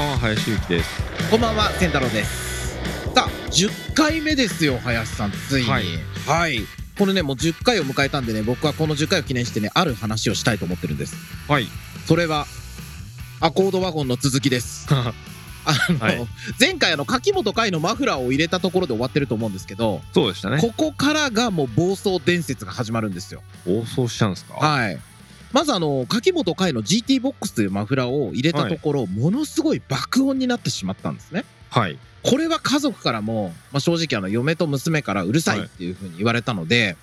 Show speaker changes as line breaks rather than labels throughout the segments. は林幸です
こんばんは、千太郎です。さあ、10回目ですよ、林さん、ついに。
は
はいい。これね、もう10回を迎えたんでね、僕はこの10回を記念してね、ある話をしたいと思ってるんです。
はい
それは、アコードワゴンの続きです。あの、
はい
前回、あの、柿本海のマフラーを入れたところで終わってると思うんですけど、
そうでしたね
ここからがもう暴走伝説が始まるんですよ。
暴走しちゃうんですか
はい。まずあの、柿本海の GT ボックスというマフラーを入れたところ、ものすごい爆音になってしまったんですね。
はい
これは家族からも、まあ、正直あの嫁と娘からうるさいっていうふうに言われたので、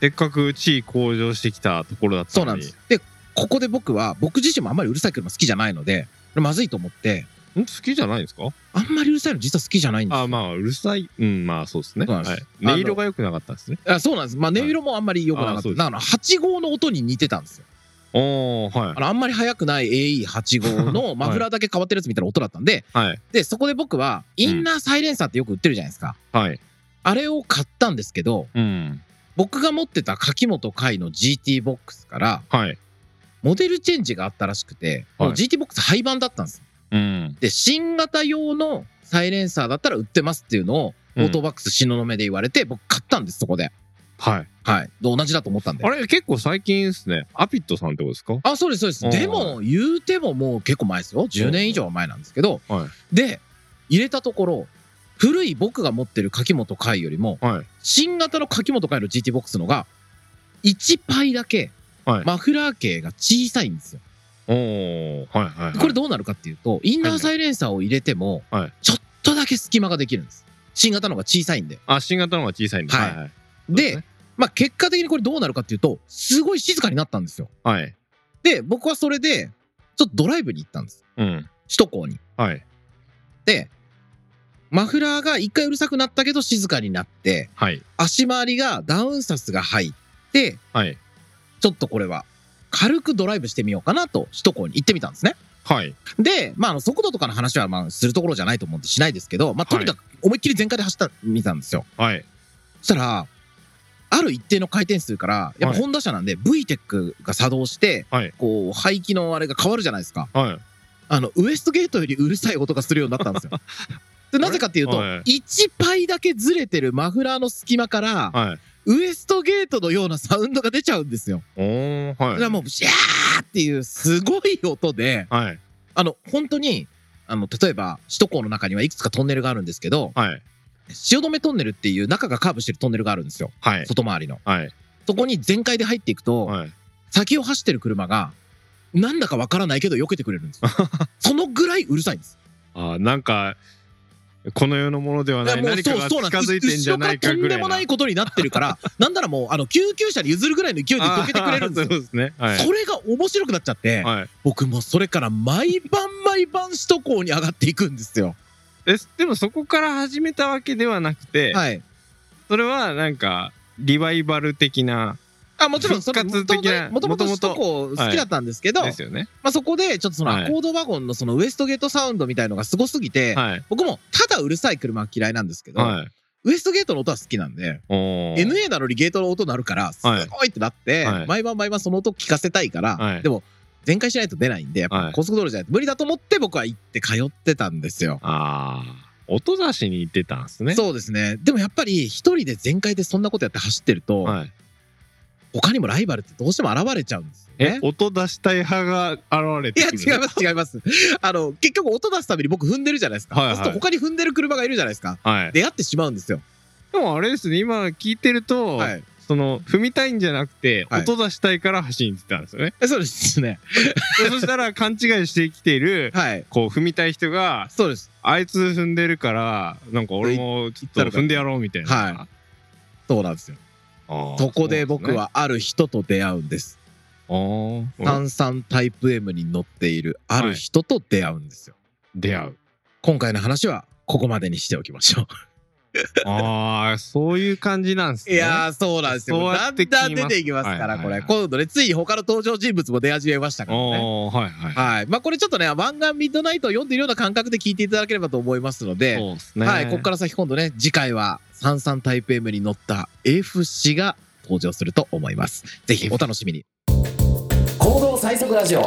せっかく地位向上してきたところだった
そう
の
なん
に
ですでここで僕は僕自身もあんまりうるさい車好きじゃないのでまずいと思って
ん好きじゃないんですか
あんまりうるさいの実は好きじゃないんです
あまあうるさいうんまあそうですね
そう
は
なんです
い音色が良くなかったんですね
あそうなんですまあ音色もあんまり良くなか
あ
っ
そ
た、
うです
だから8号の音に似てたんですよ
おおは
あのあんまり速くない AE8 号 のマフラーだけ変わってるやつみたいな音だったんで、
いはい
でそこで僕はインナーサイレンサーってよく売ってるじゃないですか、
はい
あれを買ったんですけど
うん
僕が持ってた柿本海の GT ボックスから
はい
モデルチェンジがあったらしくて、
はい
もう GT ボックス廃盤だったんです。
うん
で、新型用のサイレンサーだったら売ってますっていうのを、
うん
オートバックス東雲で言われて、僕買ったんです、そこで。
はい
はい。で同じだと思ったんで。
あれ結構最近ですねアピットさんってことですか
あ、そうです、そう
あ
で
ー
す。でも、言うてももう結構前ですよ。10年以上は前なんですけど。
は
で、入れたところ、古い僕が持ってる柿本海よりも、
はい
新型の柿本海の GT ボックスのが、1パイだけ、
はい
マフラー径が小さいんですよ。
おおはいはいはい
これどうなるかっていうと、インナーサイレンサーを入れても
はい、
ちょっとだけ隙間ができるんです。新型の方が小さいんで。
あ新型の方が小さいんだ
はい
はいそうです
で
ね、
まあ結果的にこれどうなるかっていうと、すごい静かになったんですよ。
はい
で、僕はそれで、ちょっとドライブに行ったんです。
うん
首都高に。
はい
で、マフラーが一回うるさくなったけど静かになって、
はい
足回りがダウンサスが入って、
はい
ちょっとこれは軽くドライブしてみようかなと首都高に行ってみたんですね。
はい
で、まあ、あの速度とかの話はまあするところじゃないと思うんでしないですけど、まあ、とにかく思いっきり全開で走ったみたんですよ。
はい
そしたら、ある一定の回転数から、やっ
は
ぱ
い
ホンダ車なんで VTEC が作動して、
はい
こう、排気のあれが変わるじゃないですか。
はい
あの、ウエストゲートよりうるさい音がするようになったんです よ。でなぜかっていうと、
はい
1パイだけずれてるマフラーの隙間から、
はい
ウエストゲートのようなサウンドが出ちゃうんですよ。
おー
だ
は
から
い
もう、シャーっていうすごい音で、
はい
あの、本当に、あの、例えば、首都高の中にはいくつかトンネルがあるんですけど、
はい
汐留トンネルっていう中がカーブしてるトンネルがあるんですよ。
はい
外回りの。
はい
そこに全開で入っていくと、
はい
先を走ってる車が、なんだかわからないけど避けてくれるんです よ。そのぐらいうるさいんです。
あーなんかこの世のものではない何かが近づいてんじゃないか
後ろから
ぐ
とん
ら
で
い
も
な
ないことになってる から、なんならもう、あの、救急車に譲るぐらいの勢いで
あー
避けてくれるんですよ。
そうですねはい
それが面白くなっちゃって、
はい
僕もそれから毎晩毎晩首都高に上がっていくんですよ。
えでもそこから始めたわけではなくて
はい。
それはなんかリバイバル的な
あもちろんそれ
復活
も
的な
ともと
元々
首都高好きだったんですけど、
ですよね
まあ、そこでちょっとその
はい
アコードワゴンのそのウエストゲートサウンドみたいのがすごすぎて、
はい
僕もただうるさい車は嫌いなんですけど、
はい
ウエストゲートの音は好きなんで、
おー
NA なのにゲートの音鳴るからすごいってなって、
はい
毎晩毎晩その音聞かせたいから、
はい
でも全開しないと出ないんでやっ
は
ぱ
い
高速道路じゃないと無理だと思って僕は行って通ってたんですよ。
あー音出しに行ってたんですね
そうですねでもやっぱり一人で全開でそんなことやって走ってると、
はい
他にもライバルってどうしても現れちゃうんですよね。
え音出したい派が現れ
い
て
や、
くる
違います、違います。あの、結局音出すために僕踏んでるじゃないですか。
はいはい
そうすると他に踏んでる車がいるじゃないですか。
はい
出会ってしまうんですよ。
でもあれですね今聞いてると、
はい。
その踏みたいんじゃなくて、
はい
音出したいから走りに行ってたんですよね
えそうですね。
でそしたら 勘違いしてきている
はい。
こう踏みたい人が
そうです。
あいつ踏んでるからなんか俺もちょっと踏んでやろうみたいな、
はそうなんですよ。
あー
そこで僕はある人と出会うんです。
そうなんですねあー
炭酸タイプ M に乗っているある人と出会うんですよ。
出会う
今回の話はここまでにしておきましょ
ああそういう感じなんです
う。
ね
いやー、そうなんですよ。
そうや
だ
っ
ん
て聞きます
だん出ていきますから、こ
はいはいは
れ。
い
今度ね、ついに他の登場人物も出始めましたからね。
おーはいはい、
はい。まあ、これちょっとね、湾岸ミッドナイトを読んでいるような感覚で聞いていただければと思いますので、
そうですね
はい、ここから先今度ね、次回は33タイプ M に乗った F 氏が登場すると思います。ぜひお楽しみに。
行動最速ラジオ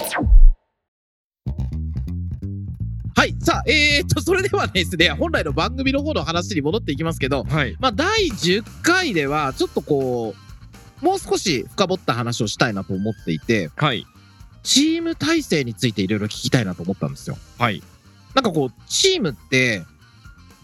はい。さあ、えー、っと、それではですね、本来の番組の方の話に戻っていきますけど、
はい。
まあ、第10回では、ちょっとこう、もう少し深掘った話をしたいなと思っていて、
はい。
チーム体制についていろいろ聞きたいなと思ったんですよ。
はい。
なんかこう、チームって、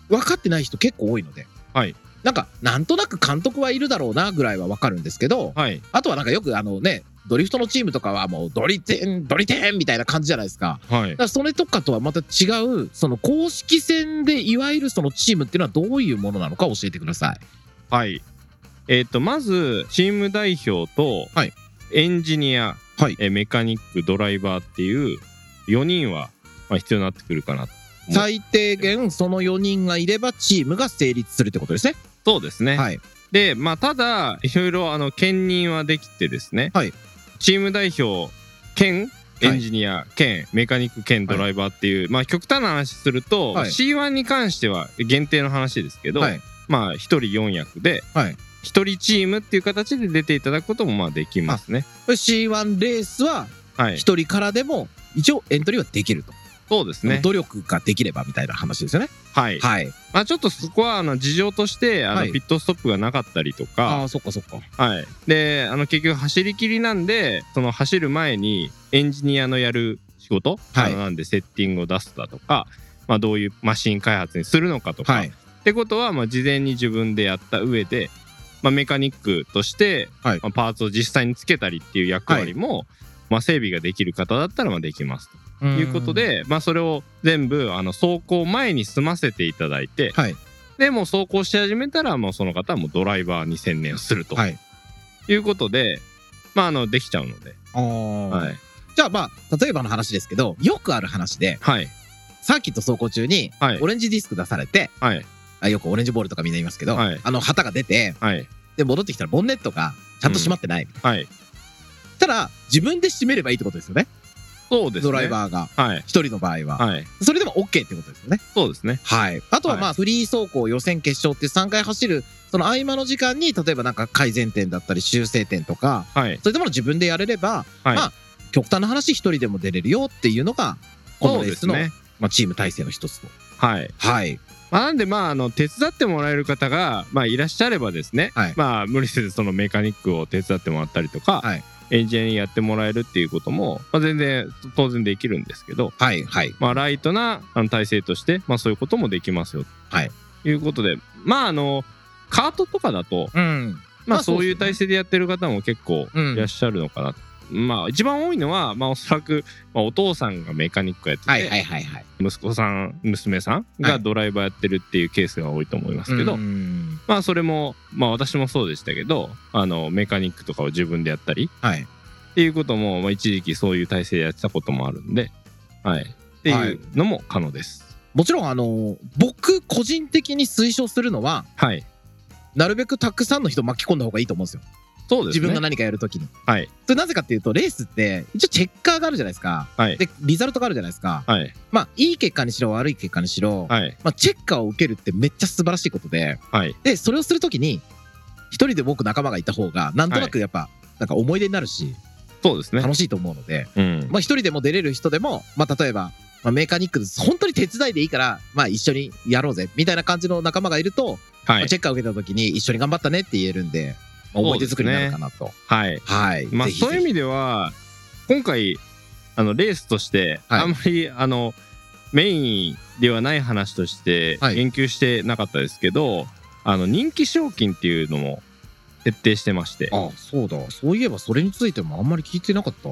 分かってない人結構多いので。
はい。
なんか、なんとなく監督はいるだろうなぐらいは分かるんですけど、
はい。
あとはなんかよくあのね、ドリフトのチームとかはもうドリテン、ドリテンみたいな感じじゃないですか。
はい
だか。らそれとかとはまた違う、その公式戦でいわゆるそのチームっていうのはどういうものなのか教えてください。
はい。えっ、と、まず、チーム代表と、
はい
エンジニア、
はい
えーメカニック、ドライバーっていう4人は、まあ、必要になってくるかな。うん
最低限その4人がいればチームが成立するってことですね。
そうですね。
はい。
で、まあ、ただ、いろいろ、あの、兼任はできてですね、
はい
チーム代表、兼、エンジニア、兼、メカニック、兼、ドライバーっていう、まあ、極端な話すると、
はい
C1 に関しては限定の話ですけど、
はい。
まあ、1人4役で、
はい
1人チームっていう形で出ていただくことも、まあ、できますね。
C1 レースは
はい
1。人からでも一応エントリーはできると。
そうですね。
努力ができればみたいな話ですよね。
はい。
はい。
まあちょっとそこはあの事情としてあの
はい
ピットストップがなかったりと
あ
か、
あ、そっかそっか。
はい。で、あの結局走り切りなんで、その走る前にエンジニアのやる仕事、
はい
あのなんでセッティングを出すだとか、まあどういうマシン開発にするのかとか、
はい
っ。てことはまあ事前に自分でやった上で、まあメカニックとして、
はい
まあパーツを実際につけたりっていう役割も、まあ整備ができる方だったらまあできます
と
ということ、で、まあそれを全部あの走行前に済ませていただいて、
はい。
でもう走行し始めたらもうその方はもうドライバーに専念をすると
はい。
いうことで、まああのできちゃうので、
ああ、
はい
じゃあまあ、例えばの話ですけど、よくある話で、
はい
サーキット走行中に
はい
オレンジディスク出されて、
はい
あよくオレンジボールとかみんな言いますけど、
はい
あの旗が出て、
はい
で、戻ってきたらボンネットがちゃんと閉まってないみたいな。
はい
ただ、自分で閉めればいいってことですよね。
そうですね
ドライバーが。
ーはい
一人の場合は。
はい
それでも OK ってことですよね。
そうですね
はい。あとは
はい
まあ、フリー走行、予選、決勝って3回走る、その合間の時間に、例えばなんか改善点だったり、修正点とか、
はい
そういったものを自分でやれれば、
はい、
まあ極端な話、一人でも出れるよっていうのが、こ
そ
の
う
レ
で
ース
す
の、
ね
まあ、チーム体制の一つと。
はい、
はい。
まあ、なんでまああの手伝ってもらえる方がまあいらっしゃればですね、
はい
まあ無理せずそのメカニックを手伝ってもらったりとか、
はい
エンジニアやってもらえるっていうことも、まあ、全然当然できるんですけど
はい。はい。
まあ、ライトなあの体制として、まあ、そういうこともできますよ。
はい。
いうことで、まあ、あの、カートとかだと、
うん。
ま
まあ
あ、そういう体制でやってる方も結構
うん
いらっしゃるのかな。まあ、一番多いのは、まあ、おそらく、まあ、お父さんがメカニックやってて、
はいはいはいはい。
息子さん、娘さん
は
が
い
ドライバーやってるっていうケースが多いと思いますけど、
うん
まあ、それも、まあ、私もそうでしたけど、あの、メカニックとかを自分でやったり、
はい。
っていうことも、まあ、一時期そういう体制でやってたこともあるんで、はい。っていうのも可能です。
もちろん、あの、僕、個人的に推奨するのは、
はい
なるべくたくさんの人を巻き込んだ方がいいと思うんですよ。
そうです
自
ね。
分が何かやるときに。
はい。
それなぜかっていうと、レースって、一応チェッカーがあるじゃないですか。
はい。
で、リザルトがあるじゃないですか。
はい。
まあ、いい結果にしろ、悪い結果にしろ、
はい。
まあ、チェッカーを受けるってめっちゃ素晴らしいことで、
はい。
で、それをするときに、一人で僕仲間がいた方が、なんとなくやっぱ、なんか思い出になるし、
そうですね。
楽しいと思うので、
うん。
まあ、一人でも出れる人でも、まあ、例えば、まあ、メーカニックです。本当に手伝いでいいから、まあ、一緒にやろうぜ、みたいな感じの仲間がいると、
は
まあ
い。
チェッカーを受けたときに一緒に頑張ったねって言えるんで、まあ思い出作りになるかなと。
はい。
はい。
まあ、
ぜひぜ
そうい
ひ
う意味では、今回、あの、レースとして、
はい
あんまり、あの、メインではない話として、
はい
言及してなかったですけど、あの、人気賞金っていうのも、設定してまして、
あそうだそういえばそれについてもあんまり聞いてなかった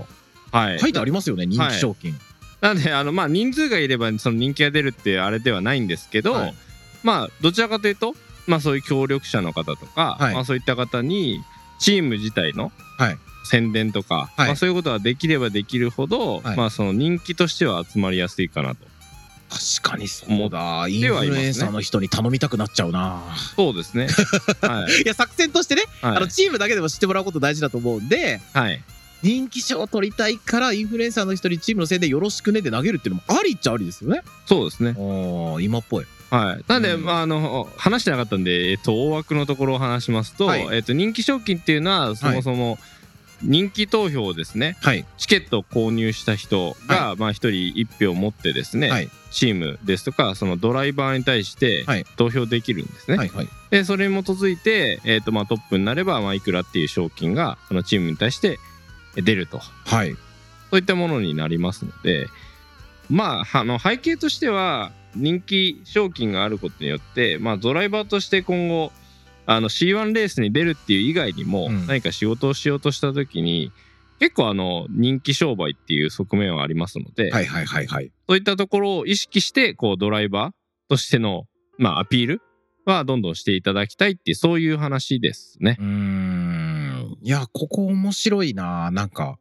はい。
書いてありますよね人気賞金
なんで、あの、まあ、人数がいれば、その人気が出るってあれではないんですけど、
はい
まあ、どちらかというと、まあ、そういう協力者の方とか、
はい
まあ、そういった方に、チーム自体の
はい
宣伝とか、
はい
まあ、そういうことができればできるほど、
はい
まあ、その人気としては集まりやすいかなと。
確かにそうだイン
で
フ
はいますね
ルエンサーの人に頼みたくなっちゃうな
そうです ね。はい。
いや作戦としてね、あ
は
の
い。
チームだけでも知ってもらうこと大事だと思うんで
はい、
人気賞を取りたいからインフルエンサーの人にチームのせいでよろしくねで投げるっていうのもありっちゃありですよね
そうですね。
お今っぽい
はい。なんで、
うん
まあ、あの、話してなかったんで、えっと、大枠のところを話しますと、
はい
えっと、人気賞金っていうのは、そもそも、人気投票をですね、
はい。
チケットを購入した人が、まあ一人一票持ってですね、
はい
チームですとか、そのドライバーに対して
はい
投票できるんですね。
はい。はい。
で、それに基づいて、えっ、と、まあトップになれば、まあいくらっていう賞金が、そのチームに対して出ると。
はい。
そういったものになりますので、まあ、あの背景としては、人気賞金があることによって、まあ、ドライバーとして今後、あの C1 レースに出るっていう以外にも、
うん
何か仕事をしようとしたときに、結構あの人気商売っていう側面はありますので、
はい。はい。はい。はい。
そういったところを意識して、こうドライバーとしての、まあ、アピールはどんどんしていただきたいっていう、そういう話ですね。
うーん。いや、ここ面白いななんか。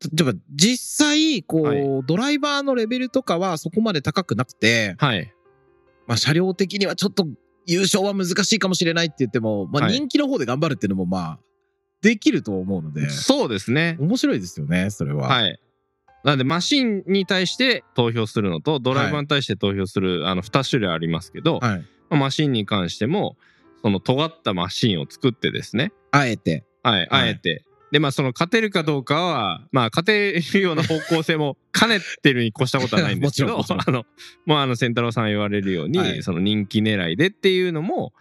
例えば、実際、こう、
はい
ドライバーのレベルとかはそこまで高くなくて、
はい。
まあ、車両的にはちょっと優勝は難しいかもしれないって言っても、まあ、
はい
人気の方で頑張るっていうのも、まあ、できると思うので、
そうですね。
面白いですよね、それは。
はい。なんでマシンに対して投票するのとドライバーに対して投票する、あの2種類ありますけど、
はい。
まあマシンに関してもその尖ったマシンを作ってですね、
あえて。
はい、あえて。でまあその勝てるかどうかはまあ勝てるような方向性 も兼ねてるに越したことはないんですけど
もちろんも
あのまああの千太郎さん言われるように、
はい
その人気狙いでっていうのも、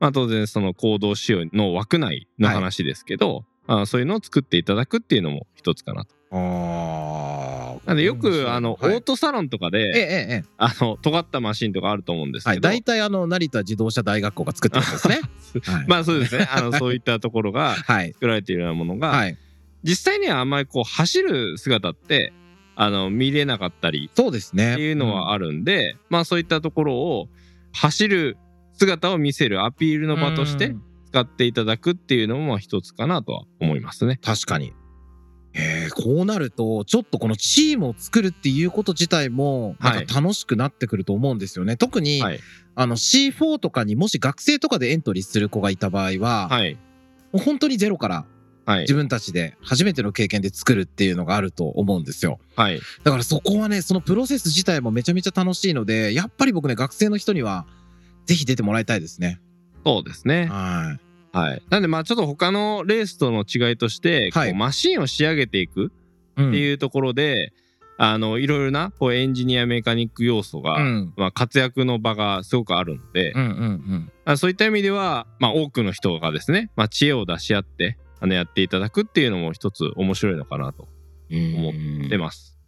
まあ、当然その行動仕様の枠内の話ですけど、あそういうのを作っていただくっていうのも一つかなと。
ああ。
なんでよくあの、
はい
オートサロンとかで、
ええええええ。
あの尖ったマシンとかあると思うんです
は
け
い。
ど、
大体、あの、成田自動車大学校が作ってる んですね。はい。
まあそうですねあのそういったところが
はい。
作られているようなものが、
はい。
実際にはあんまりこう走る姿ってあの見れなかったり
そうですね。
っていうのはあるんで、まあそういったところを走る姿を見せるアピール
う
の
ん、
場とし
う
て
ん
使っていただくっていうのもまあ一つかなとは思いますね。
確かに。えーこうなると、ちょっとこのチームを作るっていうこと自体も、
はい
なんか楽しくなってくると思うんですよね。特に、
はい、
あの C4 とかにもし学生とかでエントリーする子がいた場合は、
はい、
もう本当にゼロから
はい
自、分たちで初めての経験で作るっていうのがあると思うんですよ。
はい、
だからそこはね、そのプロセス自体もめちゃめちゃ楽しいので、やっぱり僕ね、学生の人には、ぜひ出てもらいたいですね。
そうですね。
は
はい、なんでまあちょっと他のレースとの違いとして、
はい
こうマシンを仕上げていく
い。うん
っていうところで、あのいろいろなこうエンジニアメカニック要素が、
うん。
まあ、活躍の場がすごくあるので、
うんうんうん。
あそういった意味では、まあ、多くの人がですね、まあ、知恵を出し合ってあのやっていただくっていうのも一つ面白いのかなと思出ます。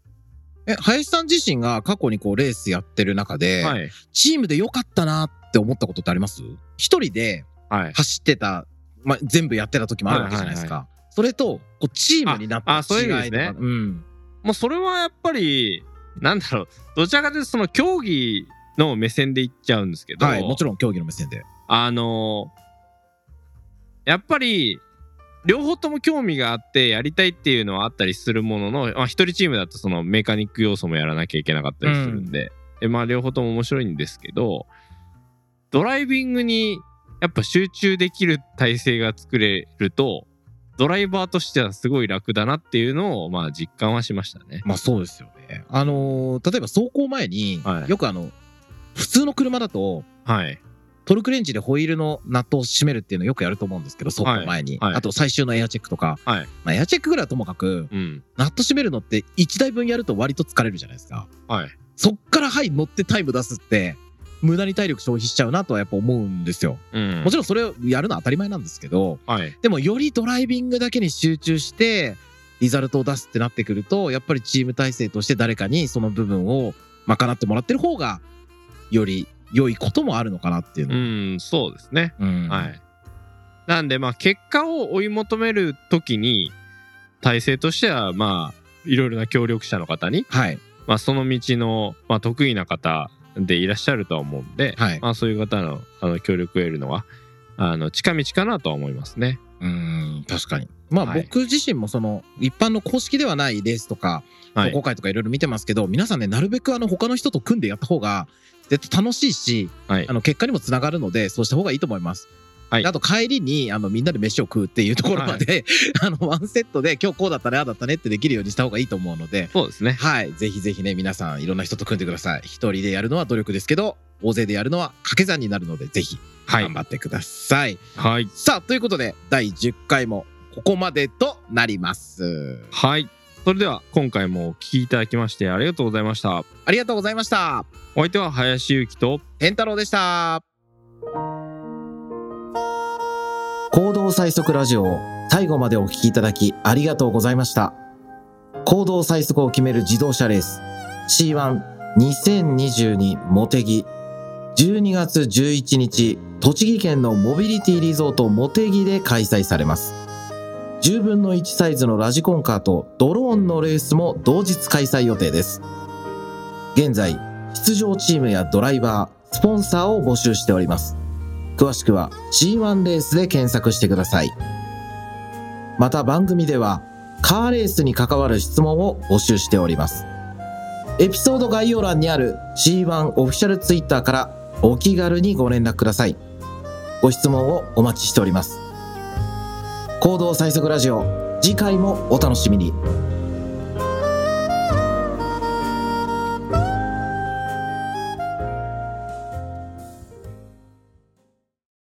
え、林さん自身が過去にこうレースやってる中で、
はい、
チームで良かったなって思ったことってあります一人で
はい、
走ってた、まあ、全部やってた時もあるわけじゃないですか。
は
それと、こうチームになった
ああそういう意
違
味
いと
です
か
ね
うん。
もうそれはやっぱりなんだろうどちらかというとその競技の目線でいっちゃうんですけど、
はい、もちろん競技の目線で。
あのーやっぱり両方とも興味があってやりたいっていうのはあったりするものの、まあ、一人チームだとそのメカニック要素もやらなきゃいけなかったりするんで、えまあ両方とも面白いんですけどドライビングにやっぱ集中できる体制が作れるとドライバーとしてはすごい楽だなっていうのをまあ実感はしましたね。
まあそうですよね。あのー例えば走行前に、
はい
よくあの、普通の車だと、
はい、
トルクレンジでホイールのナットを締めるっていうのよくやると思うんですけど、走行前に。
はいはい
あと最終のエアチェックとか。
はい
まあエアチェックぐらいはともかく、
うん
ナット締めるのって1台分やると割と疲れるじゃないですか。
はい、
そっからはい乗ってタイム出すって、無駄に体力消費しちゃうなとはやっぱ思うんですよ。
うん
もちろんそれをやるのは当たり前なんですけど、
はい、
でもよりドライビングだけに集中して、リザルトを出すってなってくると、やっぱりチーム体制として誰かにその部分を賄ってもらってる方が、より良いこともあるのかなっていう
う
の。
んそうですね。
うん
は。い。なんで、まあ、結果を追い求めるときに、体制としては、まあ、いろいろな協力者の方に、
はい。
まあ、その道の、まあ、得意な方でいらっしゃるとは思うんで、
はい
まあ、そういう方のあの協力を得るのは、あの近道かなとは思いますね。
うん、確かに。まあ
はい
僕自身もその一般の公式ではないレースとか、
は
今
い。
回とかいろいろ見てますけど、皆さんね、なるべくあの他の人と組んでやった方が、絶対楽しいし、
はい
あ。の結果にもつながるので、そうした方がいいと思います。
はい
であと帰りにあのみんなで飯を食うっていうところまで、 あのワンセットで今日こうだったねああだったねってできるようにした方がいいと思うので、
そうですね。
はい、ぜひぜひね皆さんいろんな人と組んでください。一人でやるのは努力ですけど、大勢でやるのは掛け算になるのでぜひ
は
頑
い。
張ってください。
はい。
さあということで第10回も
ここまでとなります。
はい。それでは今回もお聞きいただきましてありがとうございました。
ありがとうございました。
お相手は林ゆきと
天太郎でした。
行動最速ラジオを最後までお聞きいただきありがとうございました。行動最速を決める自動車レース C12022 モテギ12月11日栃木県のモビリティリゾートモテギで開催されます。10分の1サイズのラジコンカーとドローンのレースも同日開催予定です。現在、出場チームやドライバー、スポンサーを募集しております。詳しくは C1 レースで検索してください。また番組ではカーレースに関わる質問を募集しております。エピソード概要欄にある C1 オフィシャルツイッターからお気軽にご連絡ください。ご質問をお待ちしております。行動最速ラジオ、次回もお楽しみに。